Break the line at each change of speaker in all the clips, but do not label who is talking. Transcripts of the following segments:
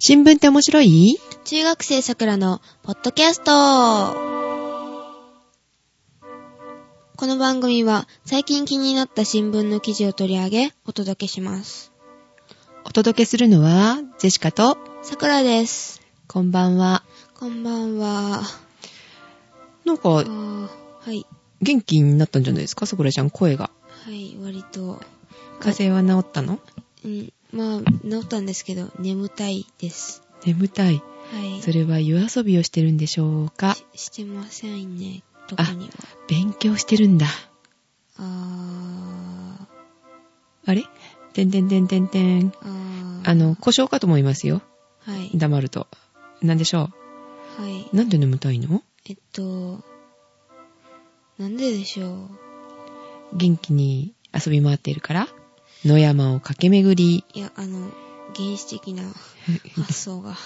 新聞って面白い
中学生さくらのポッドキャストこの番組は最近気になった新聞の記事を取り上げお届けします。
お届けするのは、ジェシカと、
さくらです。
こんばんは。
こんばんは。
なん
あ
か、
ーはい。
元気になったんじゃないですか、さくらちゃん、声が。
はい、割と。
風邪は治ったの
うん、まあ、治ったんですけど、眠たいです。
眠たい。
はい。
それは夜遊びをしてるんでしょうか
ししてませんね、特には。
勉強してるんだ。
あ
あれてんてんてんてんてん。
ー、あー、
あの、故障かと思いますよ。
はい、
黙ると。なんでしょ
はい。
うなんで眠たいの
えっと、なんででしょ
元気に遊び回っているから野山を駆け巡り、
う。いや、あの、原始 的な発想が。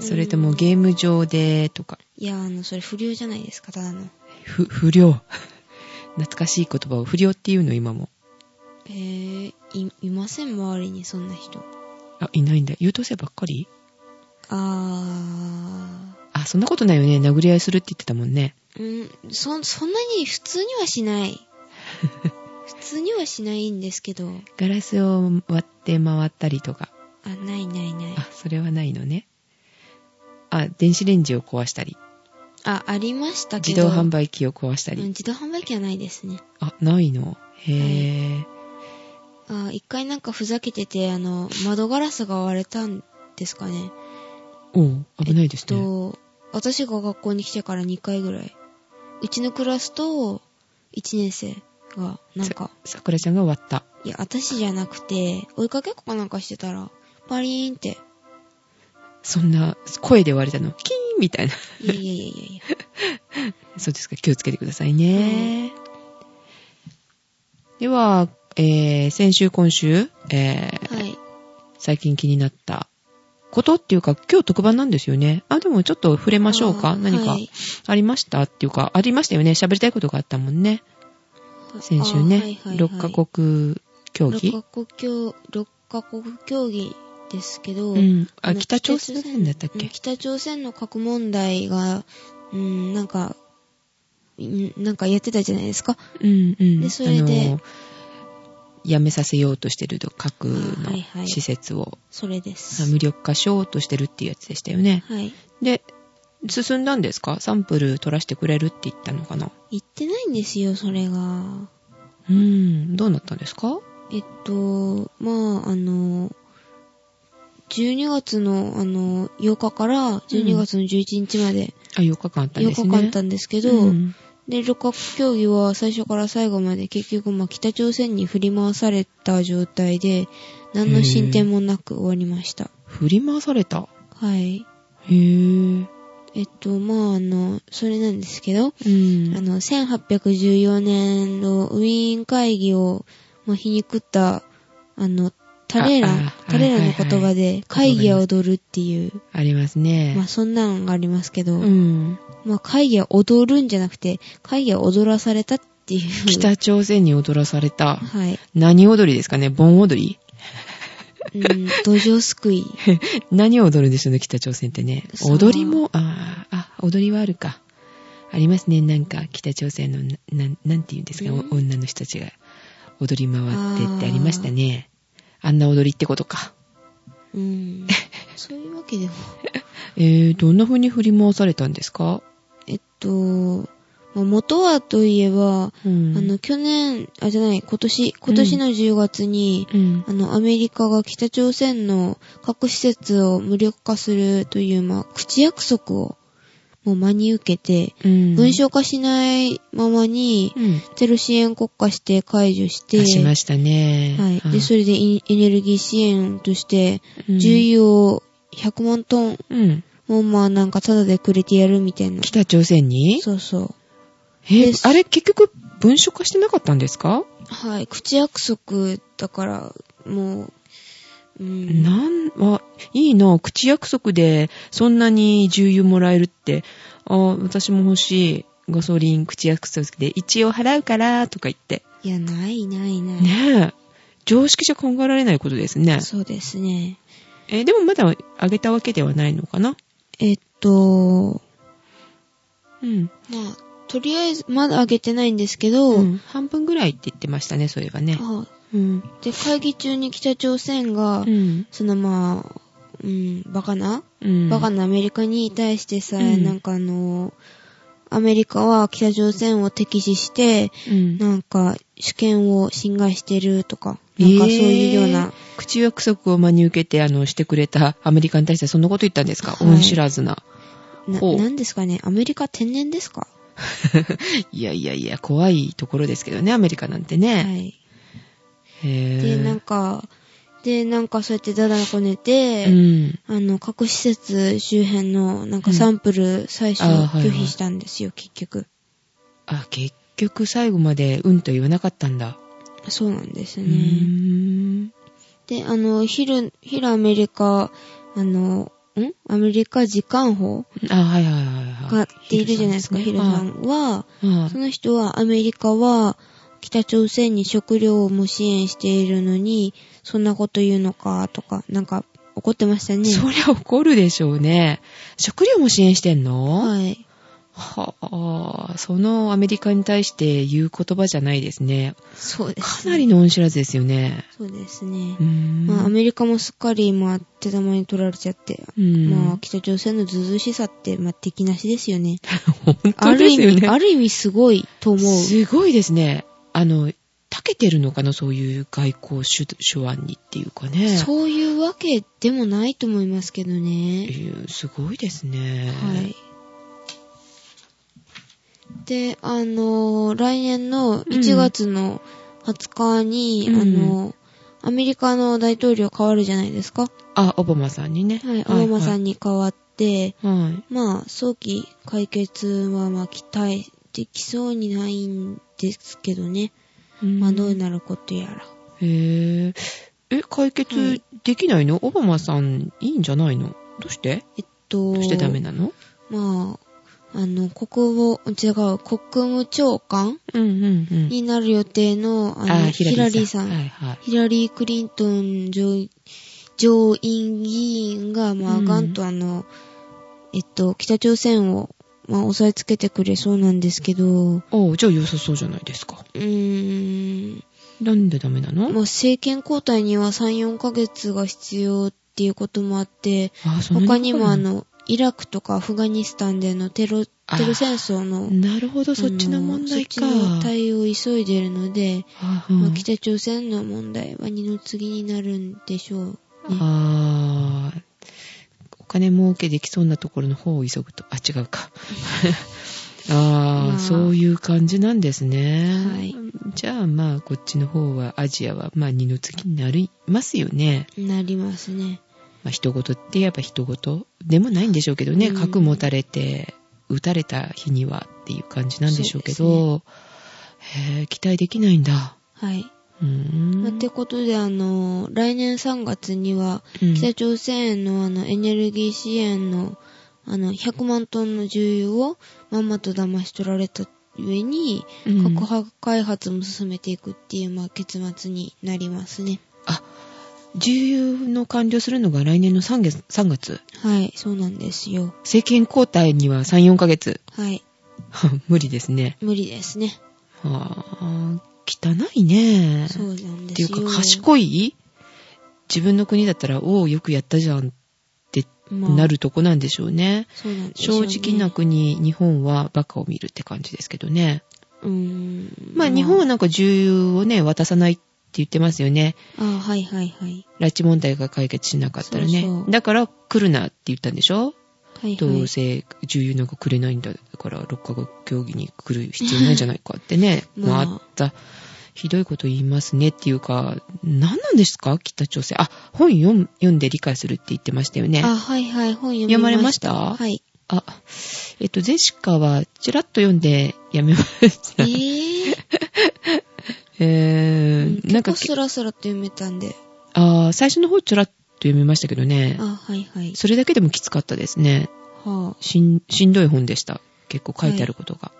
それともゲーム上でとか、
いや、あの、それ不良じゃないですか、ただの。
ふ、不良。懐かしい言葉を不良っていうの今も。
えー、い、いません、周りにそんな人。
あ、いないんだ。優等生ばっかり
あ
あ、そんなことないよね。殴り合いするって言ってたもんね。
ー、うん、そ、そんなに普通には しない。普通にはしないんですけど、
ガラスを割って回ったりとか。
あ、ないないない。
あ、それはないのね。あ、電子レンジを壊したり、
あ、ありましたけ
自
ど。
動販売機を壊した
うん
り。
自動販売機はないですね。
あ、ないの。へぇ、
あ、一回なんかふざけてて、あの、窓ガラスが割れたんですかね。
おう、危ないですね。
と、私が学校に来てから2回ぐらい。うちのクラスと、1年生が、なんか、
さくらちゃんが割った。
いや、私じゃなくて、追いかけっこかなんかしてたら、パリーンって、
そんな、声で割れたの、キーンみたいな。
いやいやいやいやいや。
そうですか、気をつけてくださいね。では、えー、先週、今週、えー
はい。
最近気になったことっていうか、今日特番なんですよね。あ、でもちょっと触れましょう
あ
か。
ー
何か
はい
ありました、っていうか、ありましたよね。喋りたいことがあったもんね。先週
あはい
ね
はいは、い
六カ国競技
六。カ国競、六カ国競技ですけど、
うん。
あ
あ、
の
北朝鮮だったっ
うん
け
北朝鮮の核問題が、うん、なんか、うんなんかやってたじゃないですか。
うんうん。
でそれ
あ
で
の、やめさせようとしてる核
あはいは
の
い
施設を
それです。
無力化しようとしてるっていうやつでしたよね。
はい。
で、進んだんですかサンプル取らせてくれるって言ったのかな
言ってないんですよ、それが。
うーん、どうなったんですか
えっと、まあ、あの、12月の、あの、8日から12月の11日まで
あ、4日間あったん
8
です
日
ね。
間あったんですけど、
うん
で、六角競技は最初から最後まで結局、まあ、北朝鮮に振り回された状態で、何の進展もなく終わりました。
振り回された。
はい。
へぇ
えっと、まあ、あの、それなんですけど、
うん。
あの、1814年のウィーン会議を、まあ、皮肉った、あの、タレー
あ
ラ
あ、
タレーラの言
はいはい
葉
は
で
い、
会議は踊るっていう、
ありますね。
まあ、そんなのがありますけど、
うん。
まあ、会議は踊るんじゃなくて、会議は踊らされたっていう。
北朝鮮に踊らされた。
はい。
何踊りですかね盆踊り
うん、土壌すくい。
何を踊るんでしょうね、北朝鮮ってね。
そう
踊りも、あーあ、踊りはあるか。ありますね、なんか、北朝鮮のな、なん、なんて言うんですか、
うん
女の人たちが踊り回ってってありましたね。あんな踊りってことか。
うん。そういうわけでも。
えー、どんな風に振り回されたんですか
えっと、まあ、元はといえば、
うん
あの、、去年、あ、じゃない、今年、今年の10月に、
うん。
あの、アメリカが北朝鮮の核施設を無力化するという、まあ、口約束を、もう真に受けて、
うん。
文章化しないままに、
うん。
テロ支援国家指定解除して、
出しましたね。
はい。で、それでインエネルギー支援として、
うん
重油を100万トン
うん。
もまあなんかタダでくれてやるみたいな。
北朝鮮に
そうそう。
え
です
あれ結局文書化してなかったんですか、
はい。口約束だから、もう、うん。
なん、あ、いいな、口約束でそんなに重油もらえるって、あ、私も欲しい。ガソリン口約束で一応払うからとか言って。
いや、ないないない。
ねえ。常識じゃ考えられないことですね。
そうですね。
えーでもまだあげたわけではないのかな
えっと、
うん。
まあ、とりあえず、まだ上げてないんですけど、
うん半分ぐらいって言ってましたね、そういえばね。
は
うん。
いで、会議中に北朝鮮が、
うん。
そのまあ、うん、バカな、
うん。
バカなアメリカに対してさ、
うん
なんかあの、アメリカは北朝鮮を敵視して、
うん。
なんか主権を侵害してるとか、なんかそういうような、
えー口約束を真に受けて、あの、してくれたアメリカに対してそんなこと言ったんですか、
はい
恩知らずな。
な
ほう
なんですかね、アメリカ天然ですか、
いやいやいや、怖いところですけどね、アメリカなんて
は
ね。
い。
へ
で、なんか、で、なんかそうやってダダこねて、
うん。
あの、核施設周辺の、なん
う
か
ん
サンプル、最初
あーはいはい
拒否したんですよ、結局。
あ、結局最後までうんと言わなかったんだ。
そうなんです
う
ね。
ん。
で、あの、昼、昼アメリカ、あの、んアメリカ時間法
あ、はいはいはいはい。
がっているじゃないですか、ヒ
ヒ
ル
ロ
さ
さ
ん
ん
は、
は
その人はアメリカは北朝鮮に食料も支援しているのに、そんなこと言うのか、とか、なんか怒ってました
い
ね。
そりゃ怒るでしょうね。食料も支援してんの
はい。
はあ、そのアメリカに対して言う言葉じゃないですね。
そうです、
かなりの恩知らずですよね。
そうですね
う。ん。
まあ、アメリカもすっかり今、手玉に取られちゃって、
うん
まあ、北朝鮮のずうずうしさって、まあ、敵なしですよね。
本
あ
当
る
で
意
すよ
味、
ね。
ある意味すごいと思う。
すごいですね。あの、たけてるのかな、そういう外交手手腕にっていうかね。う。
そういうわけでもないと思いますけどね。
すごいですね。
はい。。で、あのー来年の1月の20日に、
うん
あのーアメリカの大統領変わるじゃないですか。は
あ、オバマさんにね。
い、オバマさ
に。
んに変わって、
はい。
まあ、早期解決は、まあ、期待できそうにないんですけどね。
うん
まあ、どうなることやら。
へえ。え、解決できないの、オバマさんいいんじゃないのどうして
えっと、
どうしてダメなの
まあ、あの、国防、違う、国務長官
うんうんうん。
になる予定の、あの、
あ
ヒラリーさん。
はいはい。
ヒラリー・クリントン上上院議員が、まあ、
うん
ガンとあの、えっと、北朝鮮を、まあ、押さえつけてくれそうなんですけど、う
おうじゃあ良さそうじゃないですか。
ーん、
なんでダメなの、
まあ、政権交代には3、4ヶ月が必要っていうこともあって、
あ、そんな
他にもあ
になる
の、イラクとかアフガニスタンでのテロ、テ
あー
ロ戦争の、
なるほど、そっちの問題か。
あのそっちの対応を急いでるので、
あうん
まあ、北朝鮮の問題は二の次になるんでしょうね。
あーお金儲けできそうなところの方を急ぐと。あ、違うか。 あー、
まあ
そういう感じなんですね。
はい
じゃあまあ、こっちの方は、アジアは、まあ、二の次になりますよね。
なりますね。
まあ、人事って言えば人事でもないんでしょうけどね、
うん
核持たれて、撃たれた日にはっていう感じなんでしょうけ
そ
ど、へー期待できないんだ。
はい。
うーん。
まあ、てことで、あの、来年3月には、
うん
北朝鮮のあの、エネルギー支援の、あの、100万トンの重油をまんまと騙し取られた上に、
うん
核破開発も進めていくっていう、まあ、結末になりますね。
あ、重油の完了するのが来年の3月、3月。
はい、そうなんですよ。
政権交代には3、4ヶ月。
はい、
無理ですね。
無理ですね。
あー汚いね。
そうなん
っ
で
てい
す
う
よ。
か、賢い自分の国だったら、おお、よくやったじゃんって
まあ
なるとこなんでしょうね。
そうなんでしょう
正
ね
直な。国、日本はバカを見るって感じですけどね。
うーん。
まあ、日本はなんか重油をね、渡さないって言ってますよね。
ああ、はいはいはい。
拉致問題が解決しなかったらね。
そうそう
だから、来るなって言ったんでしょ
はい
ど
は
う
い。
せ重油なんかくれないんだから六カ国協議に来る必要ないんじゃないかってね、
ま
ま
あ
あ、あったひどいこと言いますねっていうか何なんですか北朝鮮あ本読ん読んで理解するって言ってましたよね
あ、はいはい、本読みました。
読まれました
はい。
あえっとゼシカはちらっと読んでやめま した
え
え
ぇ
ー、なんか
結構スラスラと読めたんで。
あー最初の方ちらっと読みましたけどね
あ、はいはい。
それだけでもきつかったですね
はあ、
しんしんどい本でした結構書いてあることが、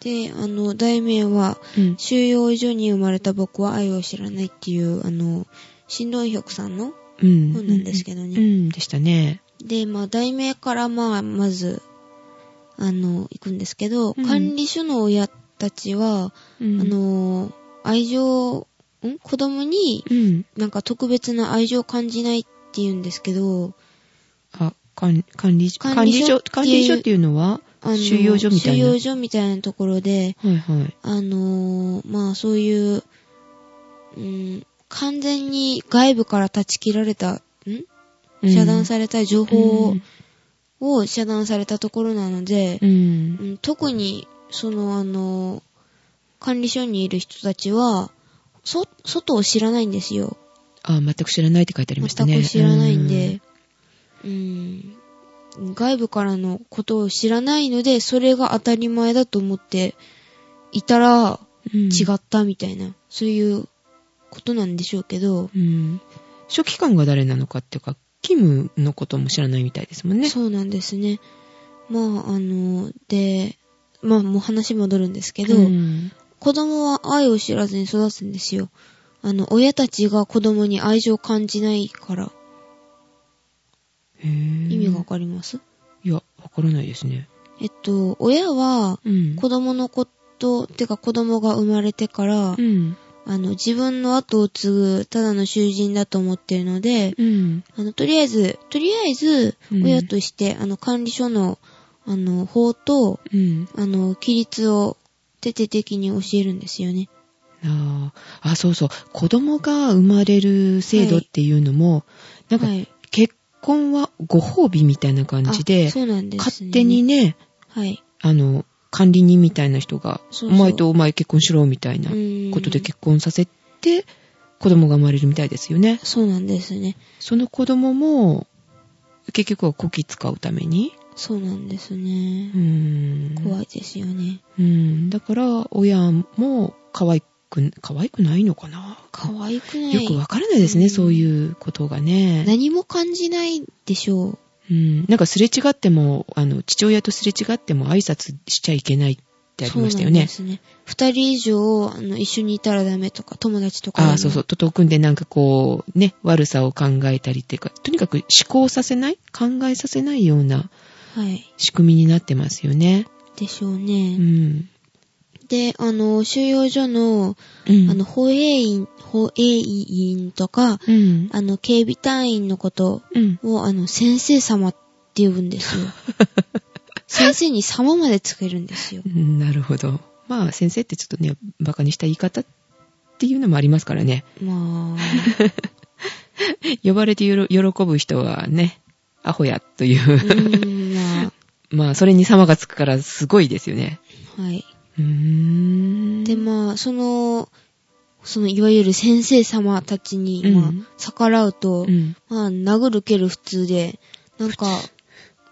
で、あの、題名は、
うん
収容所に生まれた僕は愛を知らないっていう、あの、新論百さんの
うん。
本なんですけどね
うん、でしたね。
で、まあ、題名から、まあ、まず、あの、行くんですけど、
うん
管理所の親たち
あ
は、あ、のー、愛情、ん子供に
うん。
なんか特別な愛情を感じないって言うんですけど、
あ、管管理、
管
管
理
理
所
所、管
管理
理所
所っ
ってていうのは、
あのー
収容所みたいな
収容所みたいなところで、
はいはい。
あのー、まあ、そういう、うん、完全に外部から断ち切られた、ん遮断された情報を遮断されたところなので、
うん。
うん特にそのあの管理所にいる人たちはそ外を知らないんですよ
あ、全く知らないって書いてありましたね。
全く知らないんで、うん外部からのことを知らないのでそれが当たり前だと思っていたら
うん、うん
違ったみたいな、そういうことなんでしょうけど、
うん。書記官が誰なのかっていうか、キムのことも知らないみたいですもんね。
そうなんですねまああのでまあもう話戻るんですけど、
うん
子供は愛を知らずに育つんですよ。あの、親たちが子供に愛情を感じないから、
へー
意味がわかります、
いや、わからないですね。
えっと、親は
うん
子供のこと、てか子供が生まれてから、
うん。
あの、自分の後を継ぐただの囚人だと思ってるので、
うん。
あの、とりあえず、とりあえず、
うん
親として、あの、管理所の、あの、法と、
うん。
あの、規律を徹底的に教えるんですよね。
あーあ、そうそう。子供が生まれる制度っていうのも、なんか、
はい
結婚はご褒美みたいな感じで、
あそうなんです、ね。
勝手に。ね、
はい。
あの、管理人みたいな人が、
そう
お前とお前結婚しろみたいな
こ
ことで結婚させて、子供が生まれるみたいですよね。
そうなんですね。
その子供も、結局はこき使うために。
そうなんです
うー
ね。
ん。
怖いですよね。
うん。だから、親も可愛く、可愛くないのかな
可愛くない。
よくわからないですね、
うん
そういうことがね。
何も感じないでしょう。
うん。なんかすれ違っても、あの、父親とすれ違っても挨拶しちゃいけないってありましたよね。
そうなんですね。二人以上、あの、一緒にいたらダメとか、友達とか。
ああ、そうそう。。と遠くんでなんかこう、ね、悪さを考えたりっていうか、とにかく思考させない考えさせないような
はい。
仕組みになってますよね。
でしょう
う
ね。
ん。
で、あの、収容所の、
うん。
あの、、保衛員、保衛員とか、
うん。
あの、警備隊員のこと
うん。
を、あの、先生様って呼ぶんです よ。先生に様までつけるんですよ。
うんなるほど。まあ、先生ってちょっとね、バカにした言い方っていうのもありますからね。
まあ。
呼ばれてよろ喜ぶ人はね、アホやという
う。ーん、まあ。
まあ、それに様がつくからすごいですよね。
はい。
うーん。
で、まあ、その、その、いわゆる先生様たちに、
うん
まあ、逆らうと、
うん。
まあ、殴る蹴る普通で、なんか、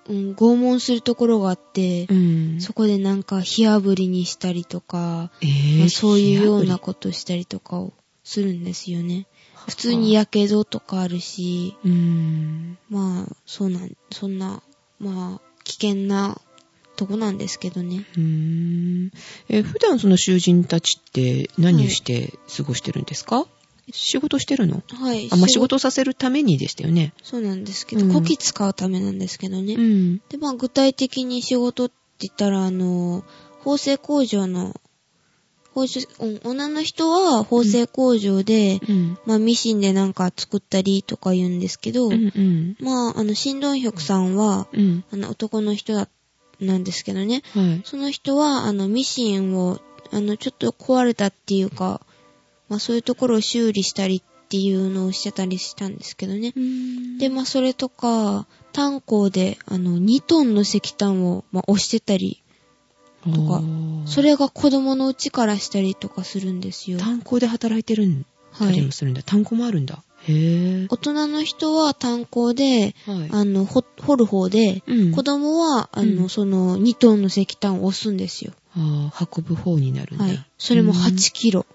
うん、拷問するところがあって、
うん。
そこでなんか、火炙りにしたりとか、
え
まあ
ー、
そういうような
火炙り
ことしたりとかをするんですよね。普通にやけどとかあるし、
うーん。
まあ、そうなん、そんな、まあ、危険なとこなんですけどね。
うーんえ普段その囚人たちって何をして過ごしてるんですか、仕事してるの
はい。
あ、まあ、仕事をさせるためにでしたよね。
そうなんですけど、
うん
こき使うためなんですけどね。
うん。
で、まあ具体的に仕事って言ったら、あの、縫製工場の、縫製うん女の人は縫製工場で、
うん。
まあミシンでなんか作ったりとか言うんですけど、
うん。うん。
まああの、新ドンヒョクさんは、
うん。
あの、男の人だ、なんですけどね。
はい。
その人は、あの、ミシンを、あの、ちょっと壊れたっていうか、まあそういうところを修理したりっていうのをしてたりしたんですけどね。で、まあ、それとか、炭鉱で、あの、2トンの石炭を、まあ、押してたり、
あー、
とかそれが子供のうちからしたりとかするんですよ。
炭鉱で働いてるん
は
たり
い
も。するんだ。炭鉱もあるんだ。へぇ
大人の人は炭鉱で、
はい。
あの、ほ掘る方で、
うん
子供は、あの、
うん
その、2トンの石炭を押すんですよ。
あー運ぶ方になるんだ。
はい。それも
八
8キロ。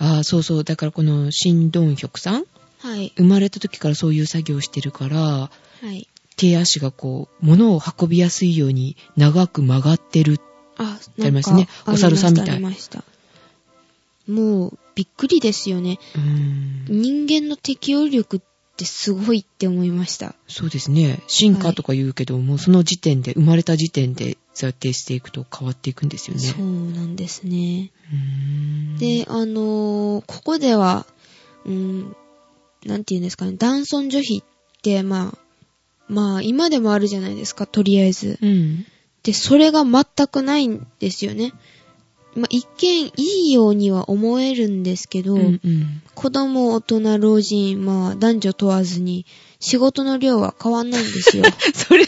ああ、そうそう。だからこの、新ドンヒョクさん
はい。
生まれた時からそういう作業してるから、
はい。
手足がこう、物を運びやすいように長く曲がってる。
あ、
あ
な
り
ん
ます
か、
ねお猿さんみたい
ありました。ありましたもう、びっくりですよね。
うーん。
人間の適応力っってすごいって思いました。
そうですね。進化とか言うけど、もうその時点で、生まれた時点で座定していくと変わっていくんですよね。
そうなんですね。
うーん
で、あのーここでは、うん、なんて言うんですかね、男尊女卑って、まあ、まあ、今でもあるじゃないですか、とりあえず。
うん。
で、それが全くないんですよね。まあ、一見いいようには思えるんですけど、
うんうん。
子供、大人、老人、まあ、男女問わずに、仕事の量は変わんないんで すよ。
それ、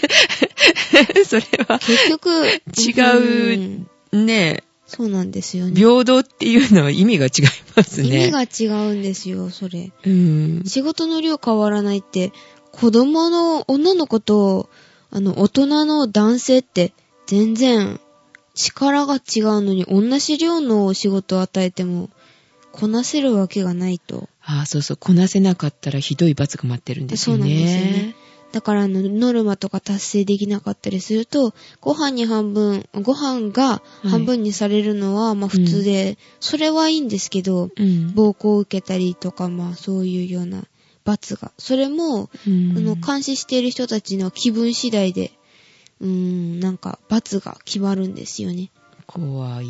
それは、
結局、
違うんね
そうなんですよ
え、
ね。
平等っていうのは意味が違いますね。
意味が違うんですよ、それ。
うん。
仕事の量変わらないって、子供の女の子と、あの、大人の男性って、全然、力が違うのに、同じ量の仕事を与えても、こなせるわけがないと。
ああ、そうそう。こなせなかったらひどい罰が待ってるんです
そう
よね。
なんですよね。だから、あの、ノルマとか達成できなかったりすると、ご飯に半分、ご飯が半分にされるのは、まあ普通で、それはいいんですけど、
うん。
暴行を受けたりとか、まあそういうような罰が。それも、
うん、
あの、監視している人たちの気分次第で、うーん、なんか、罰が決まるんですよね。
怖い。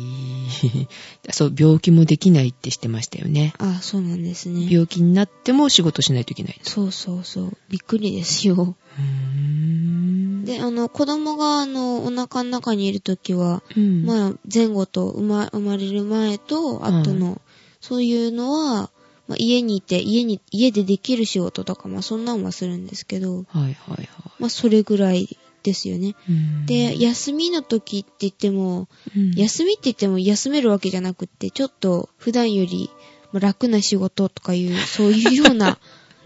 そう、病気もできないってしてましたよね。
ああ、そうなんですね。
病気になっても仕事しないといけない。
そうそうそう。びっくりですよ。
うーん。
で、あの、子供が、あの、お腹の中にいるときは、
うん、
まあ、前後と生ま、生まれる前と、後の、そういうのは、まあ、家にいて、家に、家でできる仕事とか、まあ、そんなんはするんですけど、
はいはいはい。
まあ、それぐらいですよね。
うん、
で、休みの時って言っても、
うん、
休みって言っても休めるわけじゃなくって、ちょっと普段よりまあ楽な仕事とかいう、そういうよう な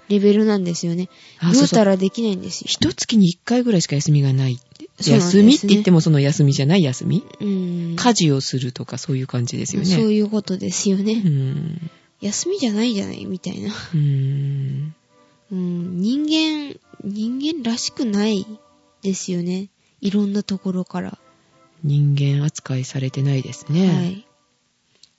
レベルなんですよね。
あ
言
そううそ
た
う。
らできないんですよ。
一月に一回ぐらいしか休みがないって。
そうなんで
休
すね
みって言ってもその休みじゃない休み、
うん。
家事をするとかそういう感じですよね。
そういうことですよね。
うん。
休みじゃないじゃないみたいな。
うん。
うん。人間、人間らしくないですよね。いろんなところから。
人間扱いされてないですね。
はい。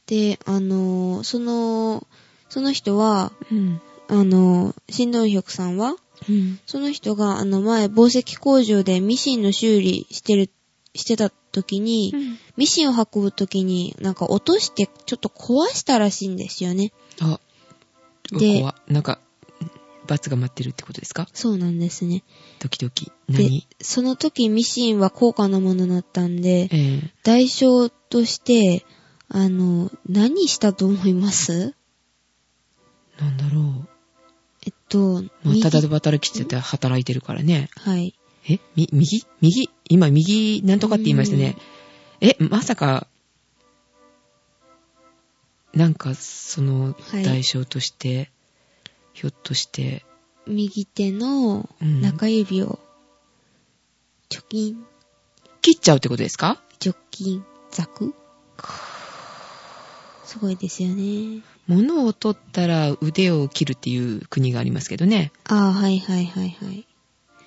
で、あのーその、その人は、
うん。
あのー、新ドンヒョクさんは、
うん。
その人が、あの前、宝石工場でミシンの修理してる、してた時に、ミシンを運ぶ時に、なんか落として、ちょっと壊したらしいんですよね。
あ、
で
怖なんか、罰が待ってるってことですか
そうなんですね。
ドキドキ。
で
何、
その時ミシンは高価なものだったんで、
ええ
代償として、あの、何したと思います
なんだろ
えっと、
う。まあ、
右
ただで働きしてたら働いてるからね。
はい。
えみ、右右今、右、なんとかって言いましたね。え、まさか、なんか、その、
はい
代償として、ひょっとして、
右手の
うん
中指を、チョキン、
切っちゃうってことですか
ジョッキン、ザクすごいですよね。
物を取ったら腕を切るっていう国がありますけどね。
ああ、はいはいはいはい。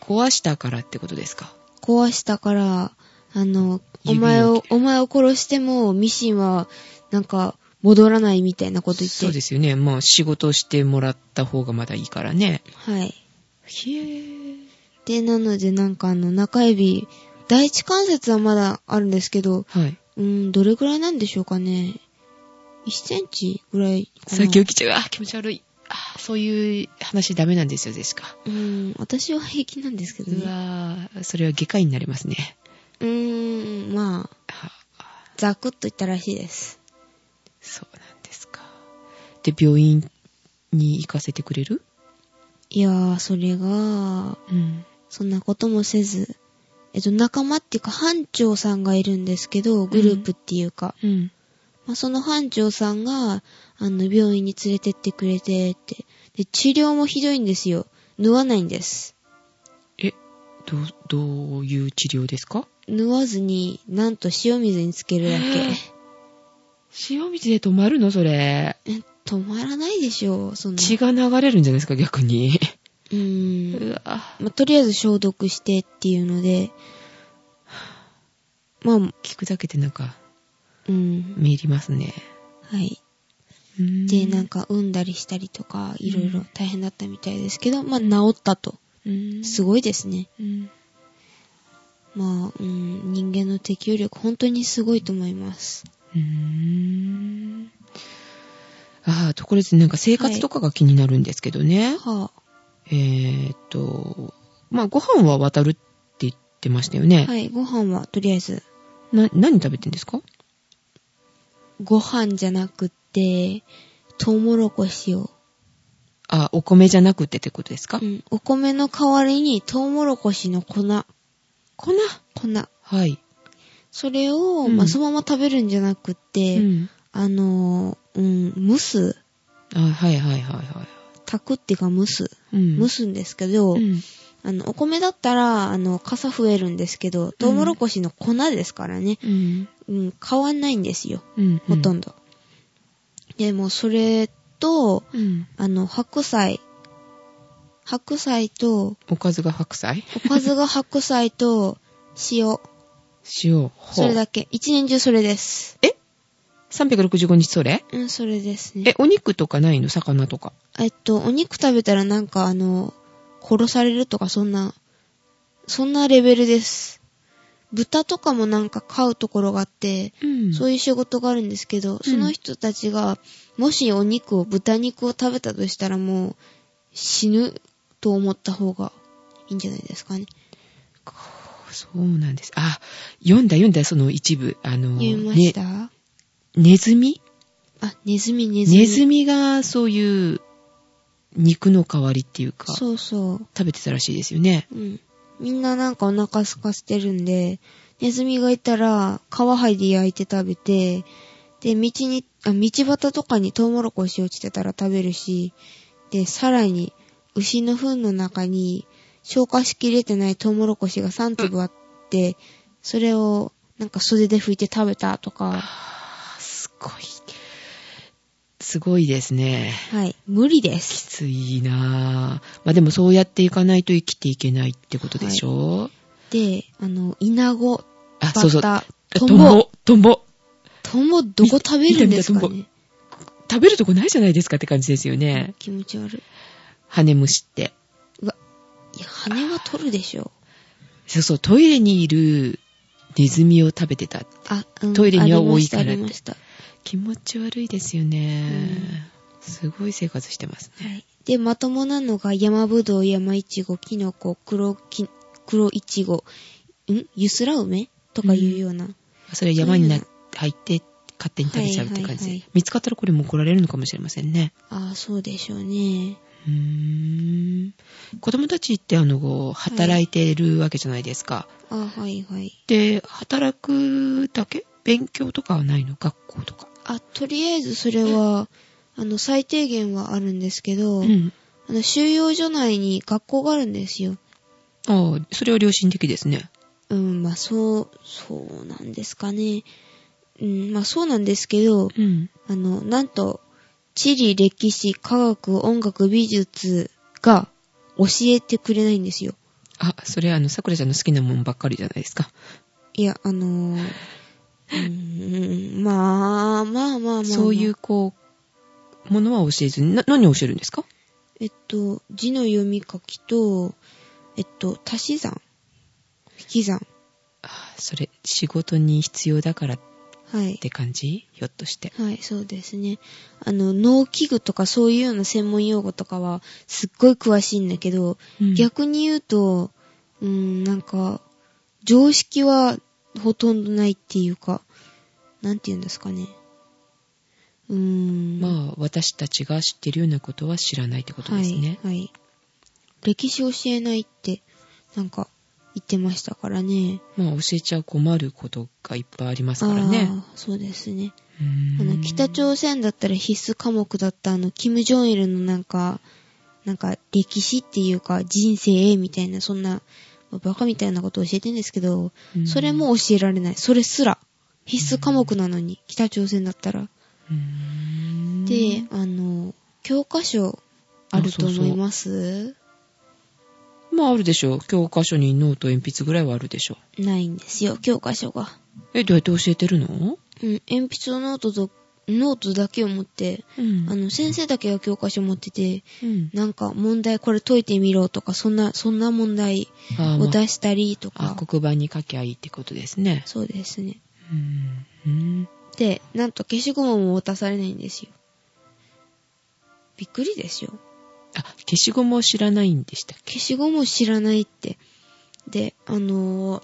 壊したからってことですか
壊したから、あの、お
指を
前を、お前を殺しても、ミシンは、なんか、戻らないみたいなこと言って。。
そうですすよね。まあ仕事してもらった方がまだいいからね。
はい。
へぇ
で、なので、なんかあの、中指、第一関節はまだあるんですけど、
はい。
うん、どれぐらいなんでしょうかね。1センチぐらいかな。
さっき起きちゃう。あー気持ち悪い。あーそういう話ダメなんですよ、ジェシカ。
うん、私は平気なんですけど
う
ね。
わーそれは外科医になりますね。
うーん、まあ、
あー
ザクッといったらしいです。
そうなんですか。で、病院に行かせてくれる
いやー、それが、
うん。
そんなこともせず、えっと、仲間っていうか、班長さんがいるんですけど、グループっていうか、
うん。
まあ、その班長さんが、あの、病院に連れてってくれて、って。で、治療もひどいんですよ。縫わないんです。
え、どう、どういう治療ですか
縫わずに、なんと塩水につけるだけ。
塩水で止まるのそれ。
え、止まらないでしょう、そんな。
血が流れるんじゃないですか逆に。
うーん。
うわ
まあ、とりあえず消毒してっていうので、まあ、
聞くだけでなんか、
うん。
見入りますね。
はい。で、なん
か、
か産んだりしたりとか、
うん
いろいろ大変だったみたいですけど、まあ治ったと。
い。
すごいですね。
うん
まあ、うん、人間の適応力、本当にすごいと思います。
うーん。ああ、ところですね、なんか生活とかが気になるんですけどね。
は
えーっと、まあ、ご飯は渡るって言ってましたよね。
あ、はい、ご飯はとりあえず、
な、何食べてんですか
ご飯じゃなくって、トウモロコシを、
あ、お米じゃなくてってことですか、
うん、お米の代わりにトウモロコシの粉、
粉。
粉。
はい。
それを、
うん
まあ、そのまま食べるんじゃなくって、
うん。
あのー、うん、蒸す、
あ、はいはいはいは
炊くっていうか蒸す、
い。うん。
蒸すんですけど、
うん。
あの、お米だったら、あの、傘増えるんですけど、トウモロコシの粉ですからね、
うん。
うん、変わんないんですよ、
うん。
ほと
ど。
んど。でも、それと、
うん。
あの、白菜、白菜と、
おかずが白菜
おかずが白菜と、塩、
塩。
それ
け。
だけ。一年中それです。
え ?365 日それ
うん、それですね。
え、お肉とかないの魚とか。
えっと、お肉食べたらなんかあの、殺されるとかそんな、そんなレベルです。豚とかもなんか飼うところがあって、
うん
そういう仕事があるんですけど、その人たちが、もしお肉を、豚肉を食べたとしたらもう、死ぬと思った方がいいんじゃないですかね。
そうなんです。あ、読んだ読んだ、その一部。あの、
言いまし
ね
た、
ネズミ
あ、ネズミ、ネズミ。
ネズミがそういう肉の代わりっていうか、
そうそう。
食べてたらしいですよね。
うん。みんななんかお腹空かせてるんで、ネズミがいたら、皮剥いで焼いて食べて、で、道に、あ、道端とかにトウモロコシ落ちてたら食べるし、で、さらに、牛の糞の中に、消化しきれてないトウモロコシが3粒あって、それを、なんか袖で拭いて食べたとか、
すごい。すごいですね。
はい、無理で
き
す。
ついなぁ。まあでもそうやっていかないと生きていけないってことでしょ、
で、あの、イナゴ、
あ、
バ
そうそ
ッ
う。
タ、ト
ト
ン
ン
ボ、
ボ、トンボ。
トンボどこ食べるんですか
見た見たトン
ね
食べるとこないじゃないですかって感じですよね。
気持ち悪い。
羽ネムシって。
うわ、いや、羽は取るでしょ。
そうそう、トイレにいるネズミを食べてた。
あ、うん
トイレには
ありま
多い
した
からって
ありました。
気持ち悪いですよね。すごい生活してますね。
はい。で、まともなのが、山ぶどう、山いちご、きのこ、黒き、黒いちご、んゆすら梅とかいうような。
それ山にな
そう
入って勝手に食べちゃうって感じで、
はいはいはい
見つかったらこれも怒られるのかもしれませんね。
ああ、そうでしょうね。
うーん。子供たちってあの、こう働いてるわけじゃないですか。
あはいはい。
で、働くだけ勉強とかはないの学校とか。
あ、とりあえずそれは、あの、最低限はあるんですけど、
うん。
あの、収容所内に学校があるんですよ。
ああ、それは良心的ですね。
うん、まあ、そう、そうなんですかね。うん、まあ、そうなんですけど、
うん。
あの、なんと、地理、歴史、科学、音楽、美術が教えてくれないんですよ。
あ、それあの、桜ちゃんの好きなもんばっかりじゃないですか。
いや、あのー、うーん、まあ、まあまあまあまあ。
そういう、。こう、ものは教えずに、な、何を教えるんですか
えっと、字の読み書きと、えっと、足し算引き算
あそれ、仕事に必要だからっ
はい。
て感じひょっとして。
はい、そうですね。あの、農機具とかそういうような専門用語とかは、すっごい詳しいんだけど、逆に言うと、うーん、なんか、常識はほとんどないっていうか、なんて言うんですかね。うーん。あ、
まあ、私たちが知ってるようなことは知らないってことですね。
はい。はい、歴史教えないって、なんか、言ってましたからね。
まあ、教えちゃ困ることがいっぱいありますからね。
あーそうですね。
うーん
あの、北朝鮮だったら必須科目だったあの、キム・ジョンイルのなんか、なんか、歴史っていうか、人生みたいな、そんな、バカみたいなことを教えてんですけど、
うん
それも教えられない。それすら。必須科目なのに、北朝鮮だったら。
うーん
で、あの、教科書あると思います
まあ、あるでしょう。教科書にノート鉛筆ぐらいはあるでしょ
ないんですよ、教科書が。
う。え、どうやって教えてるの
うん、鉛筆とノートと、ノートだけを持って、
うん
あの、先生だけが教科書持ってて、
うん
なんか問題これ解いてみろとか、そんな、そんな問題
あー、
を
ま
出したりと
あ、あ
か、
黒板に書きゃいいってことですね。
そうですね。
うん。うん
で、なんと消しゴムも渡されないんですよ。びっくりですよ。
あ、消しゴムを知らないんでしたっけ
消しゴム知らないって。で、あのー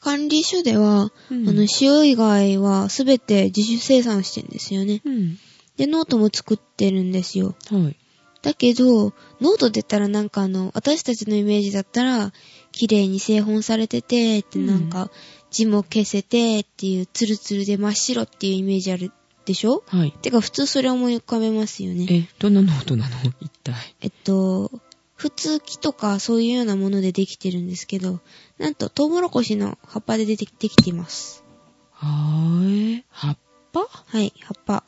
管理所では、
うん
あの、塩以外はすべて自主生産してんですよね。
うん。
で、ノートも作ってるんですよ。
はい。
だけど、ノート出たらなんかあの、私たちのイメージだったら、綺麗に製本されてて、って
うん
なんか、字も消せて、っていう、ツルツルで真っ白っていうイメージあるでしょ
はい。
てか、普通それ思い浮かべますよね。
え、どんなノートなの一体。
えっと、普通木とかそういうようなものでできてるんですけど、なんとトウモロコシの葉っぱで出てできています。
はーい。葉っぱ
はい、葉っぱ。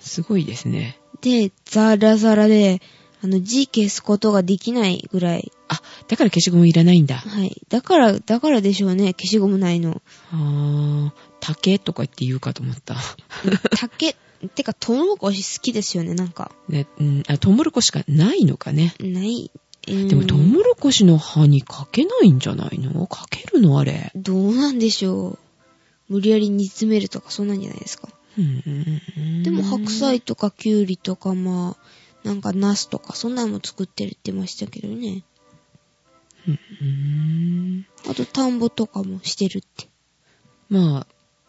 すごいですね。
で、ザラザラで、あの、字消すことができないぐらい。
あ、だから消しゴムいらないんだ。
はい。だから、だからでしょうね、消しゴムないの。
あー、竹とか言って言うかと思った。
竹、 てか、トウモロコシ好きですよね、なんか。
ね、うん、あ、トウモロコシがないのかね。
ない。え
でもトウモロコシの葉にかけないんじゃないのかけるのあれ。
どうなんでしょう。無理やり煮詰めるとか、そんなんじゃないですか。
うん
でも白菜とかきゅうりとかまあなんかナスとかそんなのも作ってるって言ってましたけどね
うん
あと田んぼとかもしてるって
まあ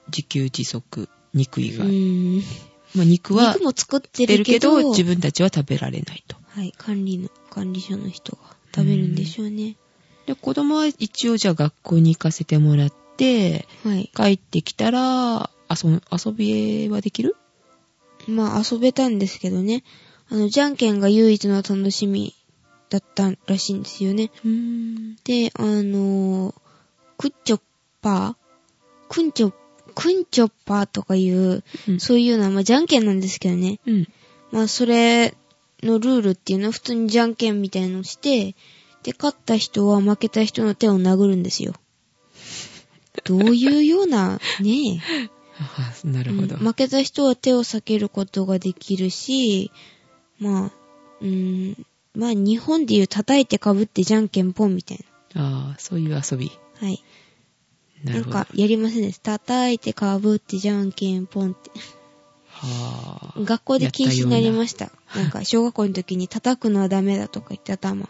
自給自足肉以
う
外、
ーん
まあ、肉は
肉も作って
出
る
る
け
け
ど
ど自分たちは食べられないと
はい管理の管理所の人が食べるんでしょうね
で子供は一応じゃあ学校に行かせてもらって
はい
帰ってきたら遊ん遊びはできる
まあ遊べたんですけどねあのじゃんけんが唯一の楽しみだったらしいんですよね
うん
であのークッチョッパークンチョクンチョッパーとかいう
うん
そういうのはまあじゃんけんなんですけどね
うん
まあ、それのルールっていうのは普通にじゃんけんみたいのをして、で、勝った人は負けた人の手を殴る んですよ。どういうような、ねえ。
ああ なるほど、
うん負けた人は手を避けることができるし、まあ、うーん、まあ日本でいう叩いてかぶってじゃんけんポンみたい
ああそういう遊び
な。はい。
な
な
る
ん
ほど
かやりませんでした。叩いてかぶってじゃんけんポンって。
はあ
学校で禁止になりま
し
した。 なんか、小学校の時に叩くのはダメだとか言って頭。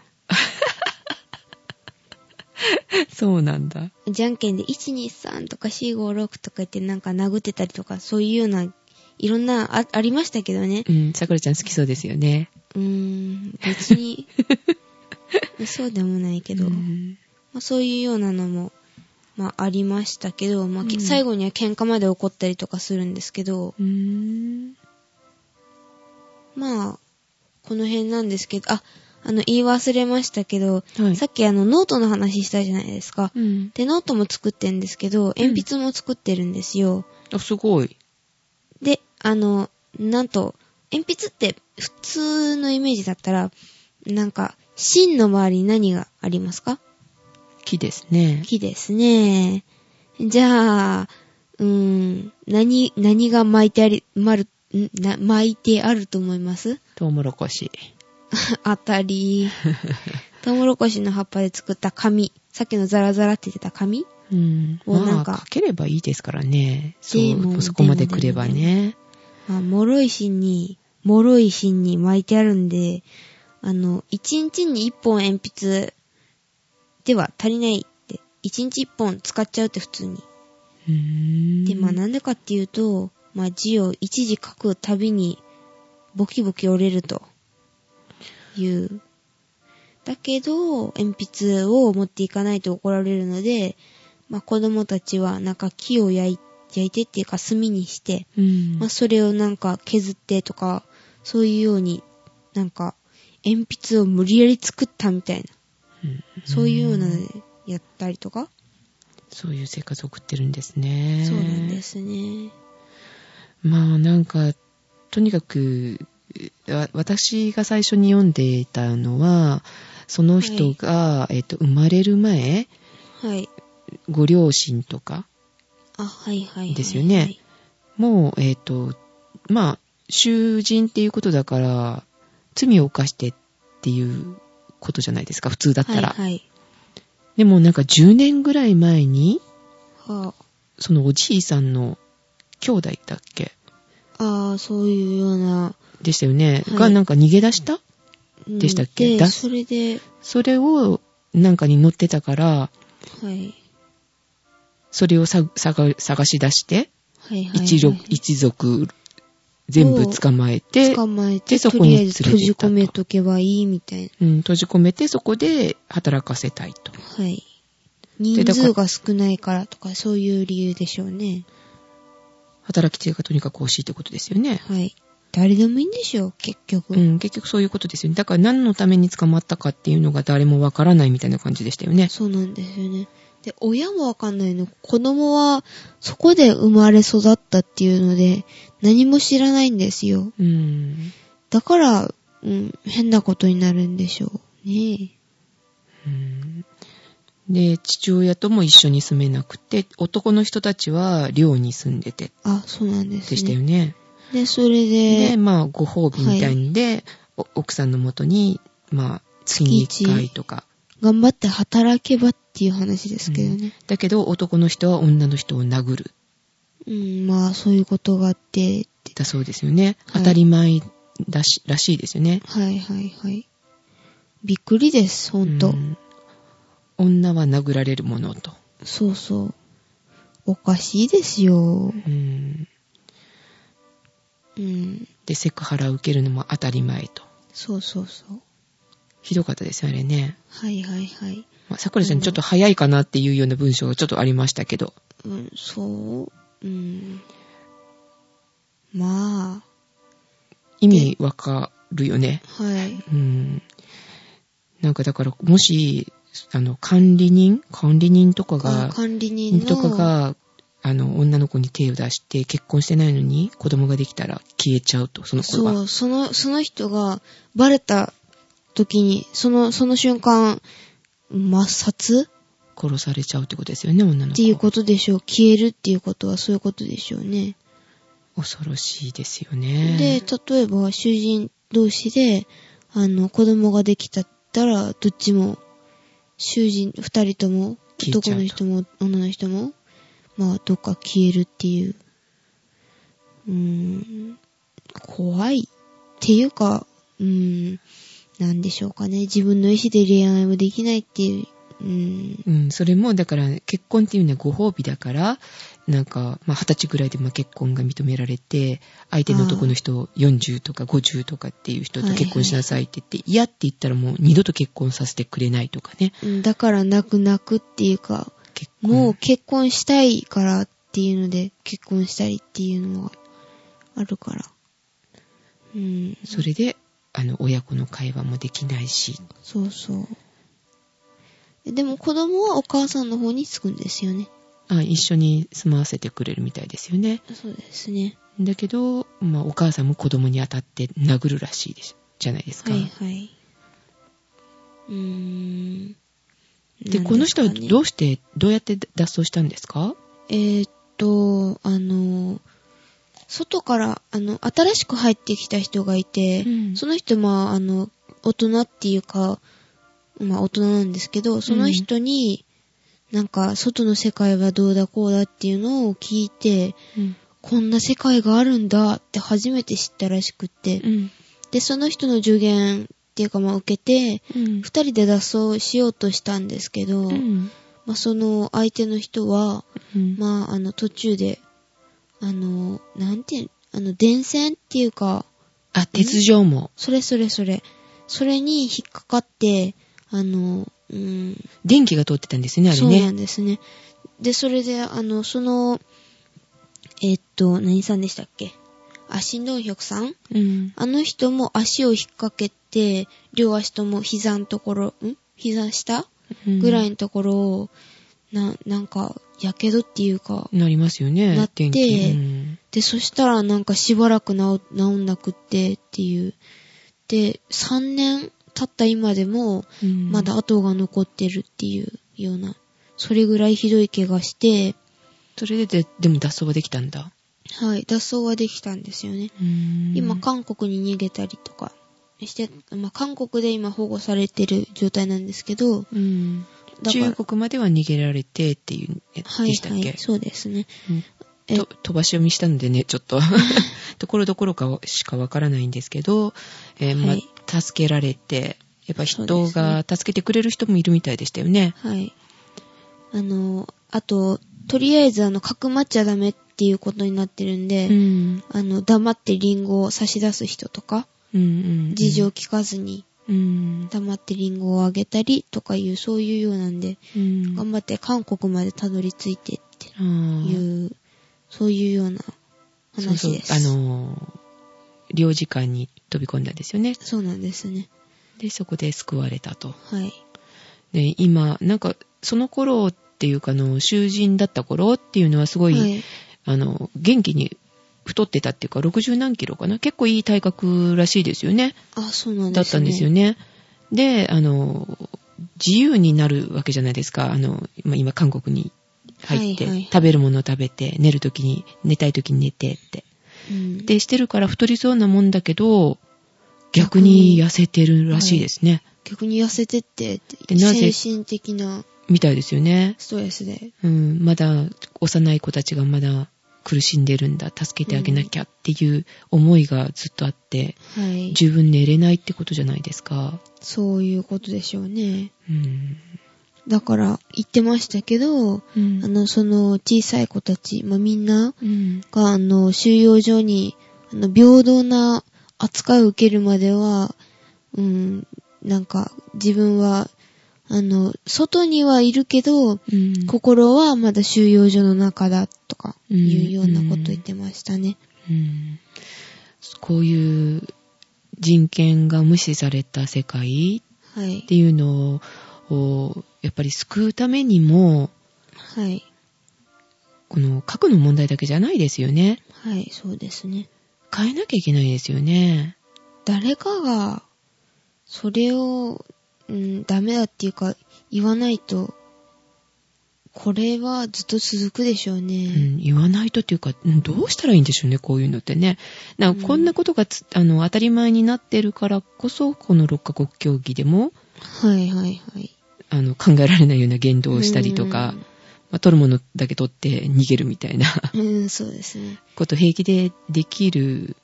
た そうなんだ
じゃんけんで1、2、3とか4、5、6とか言ってなんか殴ってたりとか、そういうような、いろんな、あ、ありましたけどね。
うんさくらちゃん好きそうですよね
うーん、別に、そうでも ないけど、
う
ま
ん
あ、そういうようなのも、まあありましたけど、まあ、け
うん
最後には喧嘩まで起こったりとかするんですけど、
うん
まあ、この辺なんですけど、あ、あの、言い忘れましたけど、
はい
さっきあの、ノートの話したじゃないですか。
うん
で、ノートも作ってんですけど、鉛筆も作ってるんですよ。
あすごい
で、あの、なんと、鉛筆って普通のイメージだったら、なんか、芯の周りに何がありますか
木ですね
木ですね。じゃあ、うーん、何、何が巻いてあり、まる、んな巻いてあると思います
トウモロコシ
当たり。トウモロコシの葉っぱで作った紙。さっきのザラザラって言ってた紙
うん、
もうなん
まあ
か
かければいいですからねそ
でも
うそこまでくればね
まあ、脆い芯に、脆い芯に巻いてあるんで、あの、一日に一本鉛筆では足りないって、一日一本使っちゃうって普通に。
うーん
で、まあなんでかっていうと、まあ字を一字書くたびに、ボキボキ折れるという。だけど、鉛筆を持っていかないと怒られるので、まあ子供たちはなんか木を焼い焼いてっていうか炭にして、
うん
まあ、それをなんか削ってとか、そういうように、なんか、鉛筆を無理やり作ったみたいな、
うん
そういうようなのやったりとか、
そういう生活を送ってるんですね
そうなんですね。
まあなんかとにかくわ私が最初に読んでいたのはその人が、えっと生まれる前
はい。
ご両親とか
あ、はいはいはい、はい。
ですよねもう、えっ、と、まあ、囚人っていうことだから、罪を犯してっていうことじゃないですか、普通だったら。
はいはい。
でもなんか10年ぐらい前に、
は
そのおじいさんの兄弟だっけ
あ、ああ、そういうような。
でしたよね、
はい
がなんか逃げ出した
うん
でしたっけ
で
だ
それで、
それをなんかに乗ってたから、
はい。
それをさ探探し出して、
はいはい、はい。
一族、一族全部捕まえて、
捕まえ
で
て、
そ
と
こに
りあ
連
え
れてっ
ず
たと
閉じ込めとけばいいみたい
うん、閉じ込めてそこで働かせたいと。
な。はい。
で
人
だから
数が少ないからとか、そういう理由でしょうね。
働き手がとにかく欲しいってことですよね。
はい。誰でもいいんでしょう、結局。
うん、結局そういうことですよね。だから何のために捕まったかっていうのが誰もわからないみたいな感じでしたよね。
そうなんですよね。で、親もわかんないの。子供は、そこで生まれ育ったっていうので、何も知らないんですよ。
うん。
だから、うん、変なことになるんでしょう。ね
うんで、父親とも一緒に住めなくて、男の人たちは寮に住んでて、
え。あ、そうなんですね。
でしたよね。
で、それ
で、
で、
まあ、ご褒美みたいんで、お奥さんのもとに、まあ、月に
月
1
一
回とか。
頑張って働けばっていう話ですけどね。
だけど、男の人は女の人を殴る。
うん、まあ、そういうことがあって、って
だそうですよね。
は
当
い
たり前だし、らしいですよね。
はいはいはい。びっくりです、ほんと。
うん女は殴られるものと。
そうそう。おかしいですよ。
うん
うん。
で、セクハラを受けるのも当たり前と。
そうそうそう。
ひどかったですよ、あれね。
はいはいはい。
まあ、さくらちゃん、ちょっと早いかなっていうような文章がちょっとありましたけど。
うん、そう。うん。ま
意味わかるよね。
あ、はい。
うん。なんかだから、もし、あの、管理人管理人とかが、
管理人の。
とかが、あの、女の子に手を出して、結婚してないのに子供ができたら消えちゃうと、その子
そ
は。
う、その、その人がバレた時に、その、その瞬間、抹殺
殺されちゃうってことですよね、女の子。
っていうことでしょう。消えるっていうことはそういうことでしょうね。
恐ろしいですよね。
で、例えば、囚人同士で、あの、子供ができたったら、どっちも、囚人、二人とも、
消えち
男
ゃうと
の人も、女の人も、まあ、どっか消えるっていう。うーん、怖い。っていうか、うーん、なんでしょうかね。自分の意思で恋愛もできないっていう、うーん、
うん、それも、だから、結婚っていうのはご褒美だから、なんか、まあ、二十歳ぐらいでまあ結婚が認められて、相手の男の人を40とか50とかっていう人と結婚しなさいって言って、嫌って言ったらもう二度と結婚させてくれないとかね。
うんだから泣く泣くっていうか、
結婚
もう結婚したいからっていうので、結婚したりっていうのがあるから。うん。
それで、あの、親子の会話もできないし、
そうそう。えでも子供はお母さんの方につくんですよね。
あ一緒に住まわせてくれるみたいですよね。
そうですね。
だけど、まあ、お母さんも子供に当たって殴るらしいですじゃないですか。
はいはい。うーん。
で、この人はど
う
うして、どうやって脱走したんですか
えーっと、あの、外から、あの、新しく入ってきた人がいて、
うん
その人、まあ、あの、大人っていうか、まあ、大人なんですけど、その人に、なんか、外の世界はどうだこうだっていうのを聞いて、
うん。
こんな世界があるんだって初めて知ったらしくって、
うん。
で、その人の助言っていうか、まあ、受けて、
うん
二人で脱走しようとしたんですけど、
うん。
まあ、その相手の人は、
うん
まあ、あの、途中で、あの、なんていう、あの、電線っていうか、
あ、鉄条網。
それそれそれ、それに引っかかって、あの、うん、
電気が通ってたんですよね、あれ
そうな
ね。
んですね。で、それで、あの、その、えっと、何さんでしたっけあ、新藤百さん
うん。
あの人も足を引っ掛けて、両足とも膝のところ、ん膝下
うん
ぐらいのところを、な、なんか、やけどっていうか、
なりますよね、
なって
電気。うん
で、そしたらなんかしばらく治治んなくってっていう。で、3年経った今でも、
うん
まだ跡が残ってるっていうような、それぐらいひどい怪我して、
それでで、でも脱走はできたんだ。
はい、脱走はできたんですよね。今、
今
韓国に逃げたりとかして、まあ、韓国で今保護されてる状態なんですけど、
うん、
だから
中国までは逃げられてっていうやつ
は
で
い
したっ
は
け、
い、そうですね。
うん
え
と飛ばし読みしたのでね、ちょっと、ところどころかしかわからないんですけど、えーま
はい
あ助けられて、やっぱ
そ
人
うです
が
ね
助けてくれる人もいるみたいでしたよね。
はい。あの、あと、とりあえず、あの、かくまっちゃダメっていうことになってるんで、
ん。
あの、黙ってリンゴを差し出す人とか、
うんうん。
事情聞かずに
うん。
黙ってリンゴをあげたりとかいう、そういうようなんで、
うん。
頑張って韓国までたどり着いてって
あー
いう、そういうような
そうそ
話
う
です。
あのー領事館に飛び込んだんですよね。
そうなんですね。
で、そこで救われたと。
はい。
で、今、なんか、その頃っていうか、あの、囚人だった頃っていうのはすごい、
はい。
あの、元気に太ってたっていうか、60何キロかな。結構いい体格らしいですよね。
あ、そうなん
だっ
です
た
ね。
んですよ
ね。
ね。で、あの、自由になるわけじゃないですか。あの、まあ今、韓国に入って、
はいはい
食べるものを食べて、寝るときに、寝たいときに寝てって。
うん、
で、してるから太りそうなもんだけど、逆に痩せてるらしいですね。
逆に痩せてって、
でなぜ
精神的な
みたいですよね。
ストレスで。
うん、まだ幼い子たちがまだ苦しんでるんだ、助けてあげなきゃっていう思いがずっとあって、
はい。
十分寝れないってことじゃないですか。
そういうことでしょうね。
うん。
だから、言ってましたけど、
うん
あの、その、小さい子たち、まあ、みんな
うん。
が、あの、収容所に、あの、平等な扱いを受けるまでは、うん、なんか、自分は、あの、外にはいるけど、
うん
心はまだ収容所の中だ、とか、
うん
いうようなことを言ってましたね。
うんこういう人権が無視された世界っ
はい。
ていうのを、やっぱり救うためにも、
はい。
この核の問題だけじゃないですよね。
はい、そうですね。
変えなきゃいけないですよね。
誰かが、それを、うん、ダメだっていうか、言わないと、これはずっと続くでしょう
う
ね。
ん、言わないとっていうか、うんどうしたらいいんでしょうね、こういうのってね。なんかこんなことがつ、あの当たり前になってるからこそ、この六カ国協議でも
はいはいはい。
あの考えられないような言動をしたりとか、まあ、取るものだけ取って逃げるみたいな
うん。うん、そうですね。
こと平気でできる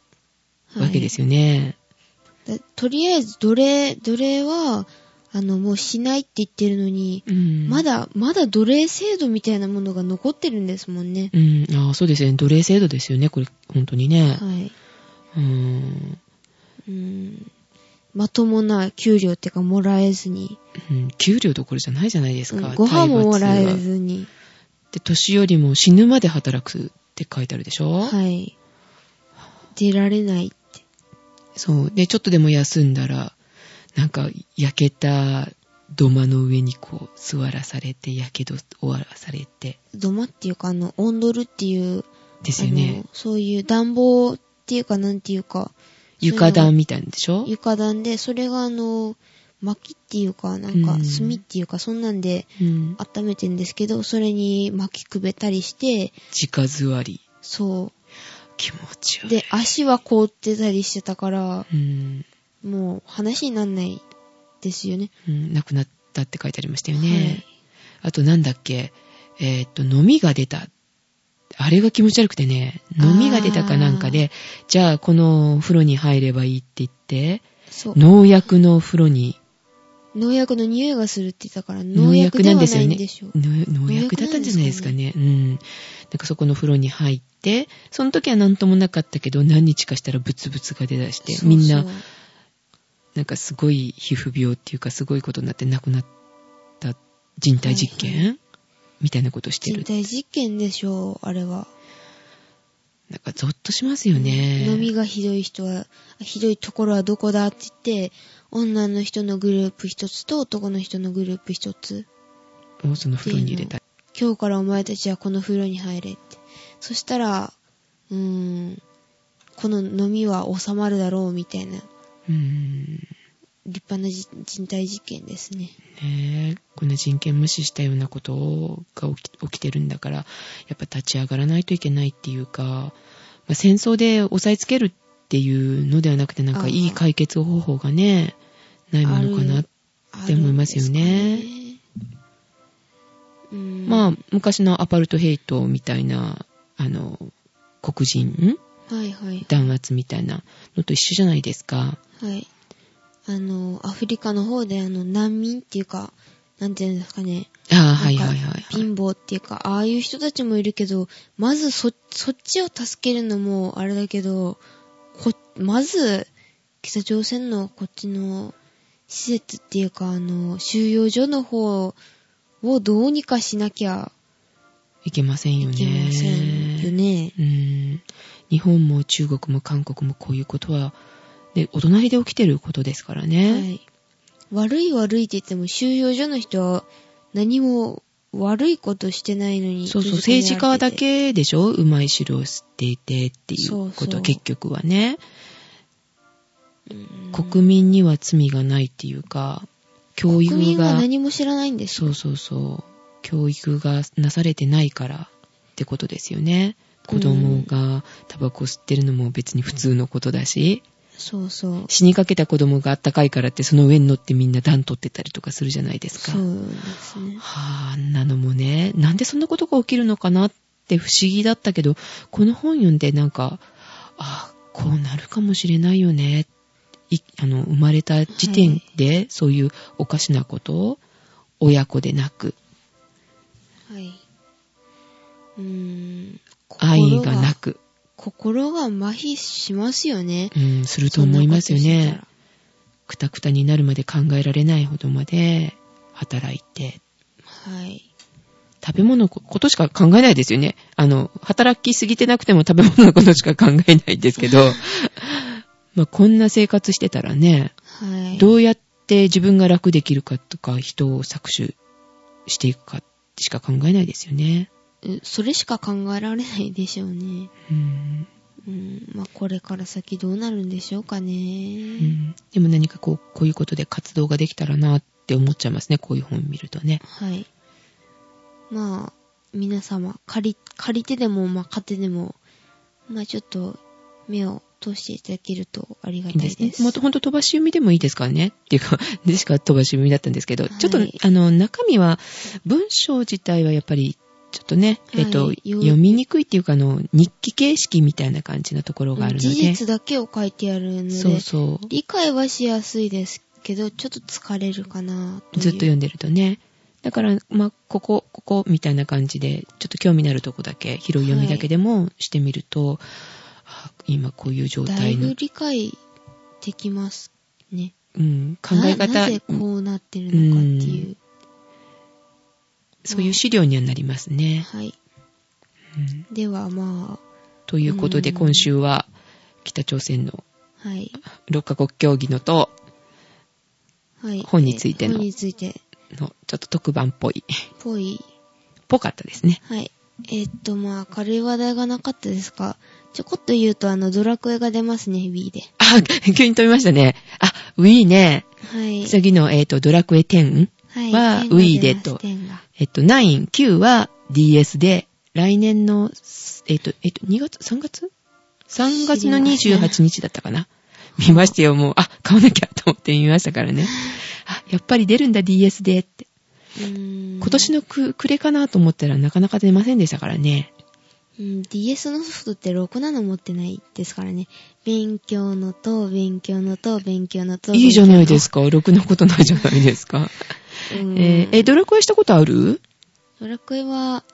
わけですよね。
だとりあえず、奴隷、奴隷は、あの、もうしないって言ってるのに、
うん
ま、だ、まだ奴隷制度みたいなものが残ってるんですもんね。
うん、ああそうですね奴隷制度ですよねこれ本当にね。
はい。
うん
うん。まともな給料ってかもらえずに、
うん給料どころじゃないじゃないですか。
うんご飯ももら
体
え
罰は
ずに、
で年よりも死ぬまで働くって書いてあるでしょ。
はい。出られないって。
そうでちょっとでも休んだらなんか焼けた土間の上にこう座らされてやけど終わらされて
土間っていうか、あの、オンドルっていう、
です
あ
よね
の。そういう暖房っていうか、なんていうか、
床暖みたいなんでしょ。
床暖で、それがあの、薪っていうか、なん
う
か
ん
炭っていうか、そんなんで
うん、
温めてんですけど、それに薪くべたりして、
直座り
そ
気持ち悪
う。
い。
で、足は凍ってたりしてたから、
うん
もう話になんないですよね。
うん、亡くなったって書いてありましたよ
は
ね
い。
あとなんだっけ、えーっと、飲みが出た。あれが気持ち悪くてね、飲みが出たかなんかで、じゃあこのお風呂に入ればいいって言って、
そう。
農薬のお風呂に、
農薬の匂いがするって言ったから、農
農薬
薬で
な
は
ん
な
ですよ
いん
ね
でしょう。
農農薬だったんじゃないですかね。うん。なんかそこのお風呂に入って、その時は何ともなかったけど、何日かしたらブツブツが出だして、
そうそう
みんな、なんかすごい皮膚病っていうかすごいことになって亡くなった人体実験、
はい
みたいなことして
人
る。
体実験でしょう、あれは。
なんかゾッとしますよね。
飲みがひどい人は、ひどいところはどこだって言って、女の人のグループ一つと男の人のグループ一つ。
をその風呂に入れたり。
今日からお前たちはこの風呂に入れって。そしたら、うーん、この飲みは収まるだろうみたいな
うーん。
立派なじ人体実験ですね。
ねえ、こんな人権無視したようなことが起き起きてるんだから、やっぱ立ち上がらないといけないっていうか、まあ、戦争で押さえつけるっていうのではなくて、なん
あ
か
あ
いい解決方法がね、ないものかな。って思いますよね
あるんですかね。うん、
ま
は
あ、昔のアパルトヘイトみたいな、あの、黒人
いはい
弾圧みたいなのと一緒じゃないですか。
はい。あの、アフリカの方で、あの、難民っていうか、なんていうんですかね。
ああ、
な
は
ん
い
か
はいはい。
貧乏っていうか、ああいう人たちもいるけど、まずそ、そっちを助けるのもあれだけど、こ、まず、北朝鮮のこっちの施設っていうか、あの、収容所の方をどうにかしなきゃ
いけませんよね。
いけませんよね。
うん日本も中国も韓国もこういうことは、で、お隣で起きてることですからね。
はい。悪い悪いって言っても、収容所の人は何も悪いことしてないのに。
そうそう、
閉
政
じ
治
込
家
められて
だ
て。
けでしょうまい汁を吸っていてってい
そうう
こ
そ
と、
う
結局はね。
うん
国民には罪がないっていうか、教
国
育
民は
が、
何も知らないんです
そうそうそう、教育がなされてないからってことですよね。子供がタバコ吸ってるのも別に普通のことだし、
そうそう。
死にかけた子供があったかいからってその上に乗ってみんな段取ってたりとかするじゃないですか。
そうですね。
はあ、あんなのもね、なんでそんなことが起きるのかなって不思議だったけど、この本読んでなんか、ああ、こうなるかもしれないよね。いあの、生まれた時点で、そういうおかしなことを、親子でなく、
はい。うーん。
愛
心
がなく、
心が麻痺しますよね。
うん、すると思いますよ
そんな
ね
こ。
くたくたになるまで考えられないほどまで働いて、
としてたら。はい。
食べ物のことしか考えないですよね。あの、働きすぎてなくても食べ物のことしか考えないですけど、まあこんな生活してたらね、
はい。
どうやって自分が楽できるかとか、人を搾取していくかしか考えないですよね。
うんそれしか考えられないでしょうね。
うん
うん。まあ、これから先どうなるんでしょうかね。
うんでも何かこう、こういうことで活動ができたらなって思っちゃいますね。こういう本見るとね。
はい。まあ、皆様、借り、借りてでも、まあ、買ってでも、まあ、ちょっと、目を通していただけるとありが
いい
た
で
い
すね
で。す。
もっと本当飛ばし読みでもいいですからね。っていうか、 でしか飛ばし読みだったんですけど、
はい
ちょっと、あの、中身は、文章自体はやっぱり、ちょっとね、
は
え
い
っと、
よ
読みにくいっていうか、あの、日記形式みたいな感じのところがあるので。
事実だけを書いてあるので、
そうそう。
理解はしやすいですけど、ちょっと疲れるかなという。
ずっと読んでるとね。だから、まあ、ここ、ここ、みたいな感じで、ちょっと興味のあるとこだけ、広い読みだけでもしてみると、あ今こういう状
だい
態
ぶ
の、
理解できますね。
うん、考え
なな
方、
ぜこうなってるのかっていう。
そういう資料にはなりますね。
はい。
うん
では、ま
ということで、
うん
今週は北朝鮮の
あ、はい。
6カ国協議のと、
はい。
本についての
本について、
のちょっと特番っぽい、
ぽい。
ぽかったですね。
はい。えーっと、まあ、軽い話題がなかったですか。ちょこっと言うと、あの、ドラクエが出ますね、B で。
あ、急に飛びましたね。あ、ウィーね。
はい。
次の、えっ、と、ドラクエ10
はい。
は
点が出
Wii で
ます
と
点が
えっと、9、9は DS で、来年の、えっと、えっと、2月、3月 ?3 月の28日だったかな。見ましたよ、もう。あ、買わなきゃと思って見ましたからね。あ、やっぱり出るんだ、DS でって。
うーん
今年のく暮れかなと思ったらなかなか出ませんでしたからね。
うん、DS のソフトってろくなの持ってないですからね。勉強のと、勉強のと、勉強のと。。
いいじゃないですすか。ろくなことないじゃないですか。
うん、
えーえ、ドラクエしたことある
ドラクエは、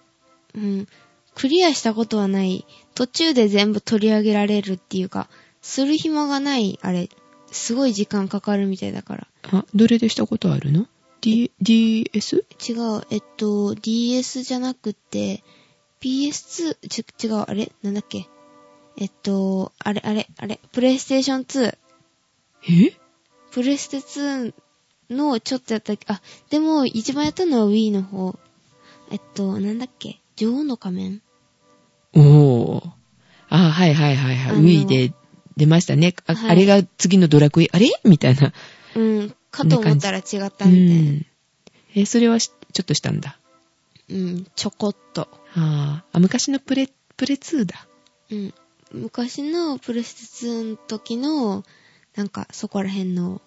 うん、クリアしたことはない。途中で全部取り上げられるっていうか、する暇がない、あれ。すごい時間かかるみたいだから。
あ、どれでしたことあるの ?D、DS?
違う、えっと、DS じゃなくて、PS2、ち、違う、あれなんだっけえっと、あれ、あれ、あれ、プレイステーション2。
え
プレステ2のちょっとやったっけあ、でも一番やったのは Wii の方。えっと、なんだっけ女王の仮面
おー。あ、はいはいはいは
あ
い。
の
Wii で出ましたね。あ,、
はい
あれが次のドラクエ、あれみたいな
うん、かと思ったら違ったみたいな。
うん、えそれはしちょっとしたんだ
うん、ちょこっと。
あーあ昔のプレプレ2だ
うん。昔のプレステ2の時の、なんかそこら辺の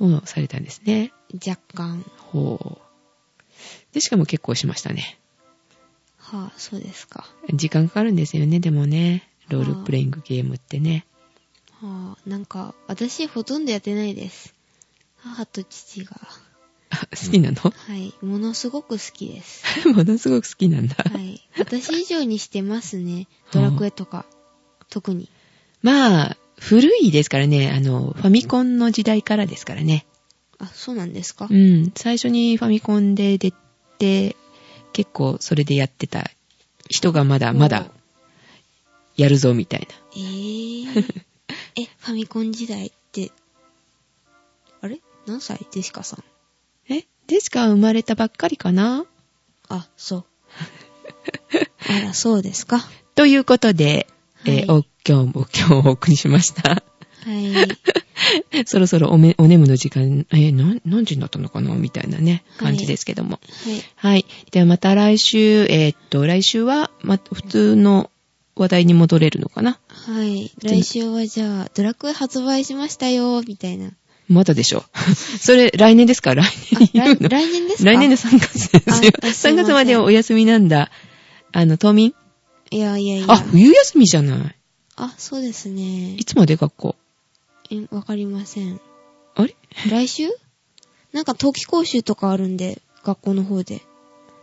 をされたんですね
若干、
ほうでしかも結構しましたね
はあ、そうですか。
時間かかるんですよねでもねロールプレイングゲームってね
はあ、なんか私ほとんどやってないです。母と父が。
あ 好きなの、
はい、ものすごく好きです。
ものすごく好きなんだ、
はい。私以上にしてますね。ドラクエとか、特に。
まあ古いですからねあのファミコンの時代からですからね
あ、そうなんですか
うん最初にファミコンで出て結構それでやってた人がまだまだやるぞみたいな
えー、 え、ファミコン時代って、あれ何歳ジェシカさん。
えデシカは生まれたばっかりかな
あ、 そう。あら、そうですか。は
ということで、えー
はい
お今日も今日お送りしました。
い。
そろそろおめお眠の時間、えーなん何時になったのかなみたいなね、感じですけども。
はい。
はい。ではまた来週、えーっと、来週は、ま、普通の話題に戻れるのかな
はい。来週はじゃあ、ドラクエ発売しましたよ、みたいな。
まだでしょ。 それ、来年ですか来
あ
年に言う
来
の
来年ですか
来年の3月ですよ。
あすい
3
ません
月までお休みなんだ。あの、冬眠
いやいやいや。
あ、冬休みじゃない。
あ、そうですね
い。つまで学校
えわかりません。
あれ
来週なんか冬季講習とかあるんで、学校の方で。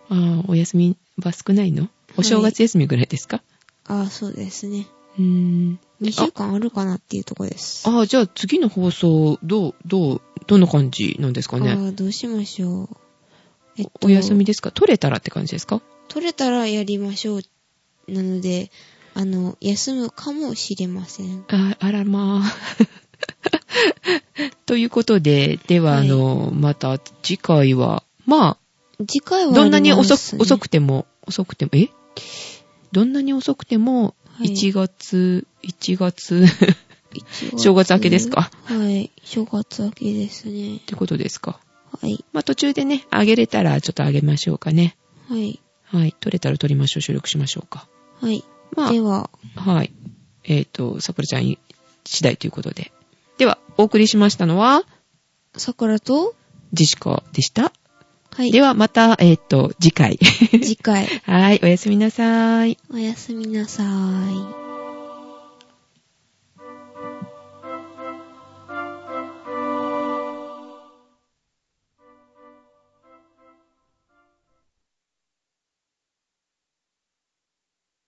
あーお休みは少ないのお正月休みぐらいですか、
あそうですね。
うーん。
2週間あるかなっていうとこです。
ああ、じゃあ次の放送、どう、どう、どんな感じなんですか
あ
ね。
ーどうしましょう。えっと、
お休みですか取れたらって感じですか
取れたらやりましょう。なので、あの、休むかもしれません。
ああらまあ。 ということで、では、
はい
あの、また次回は、ま
次回
あ、
は、
どんなに遅
す
く、遅くても、遅くても、えどんなに遅くても、
はい
1月、1月 っ
一月
正月明けですか
はい。正月明けですね。
てことですか。
はい。
まあ途中でね、あげれたらちょっとあげましょうかね。
はい。
はい。取れたら取りましょう。収録しましょうか。
はい。
まあ
で、は、
はい。えっ、と、さくらちゃん次第ということで。では、お送りしましたのは、
桜と、
ジシコでした。
はい。
では、また、えっ、 と、次回。
次回、
はい、おやすみなさい。
おやすみなさーい。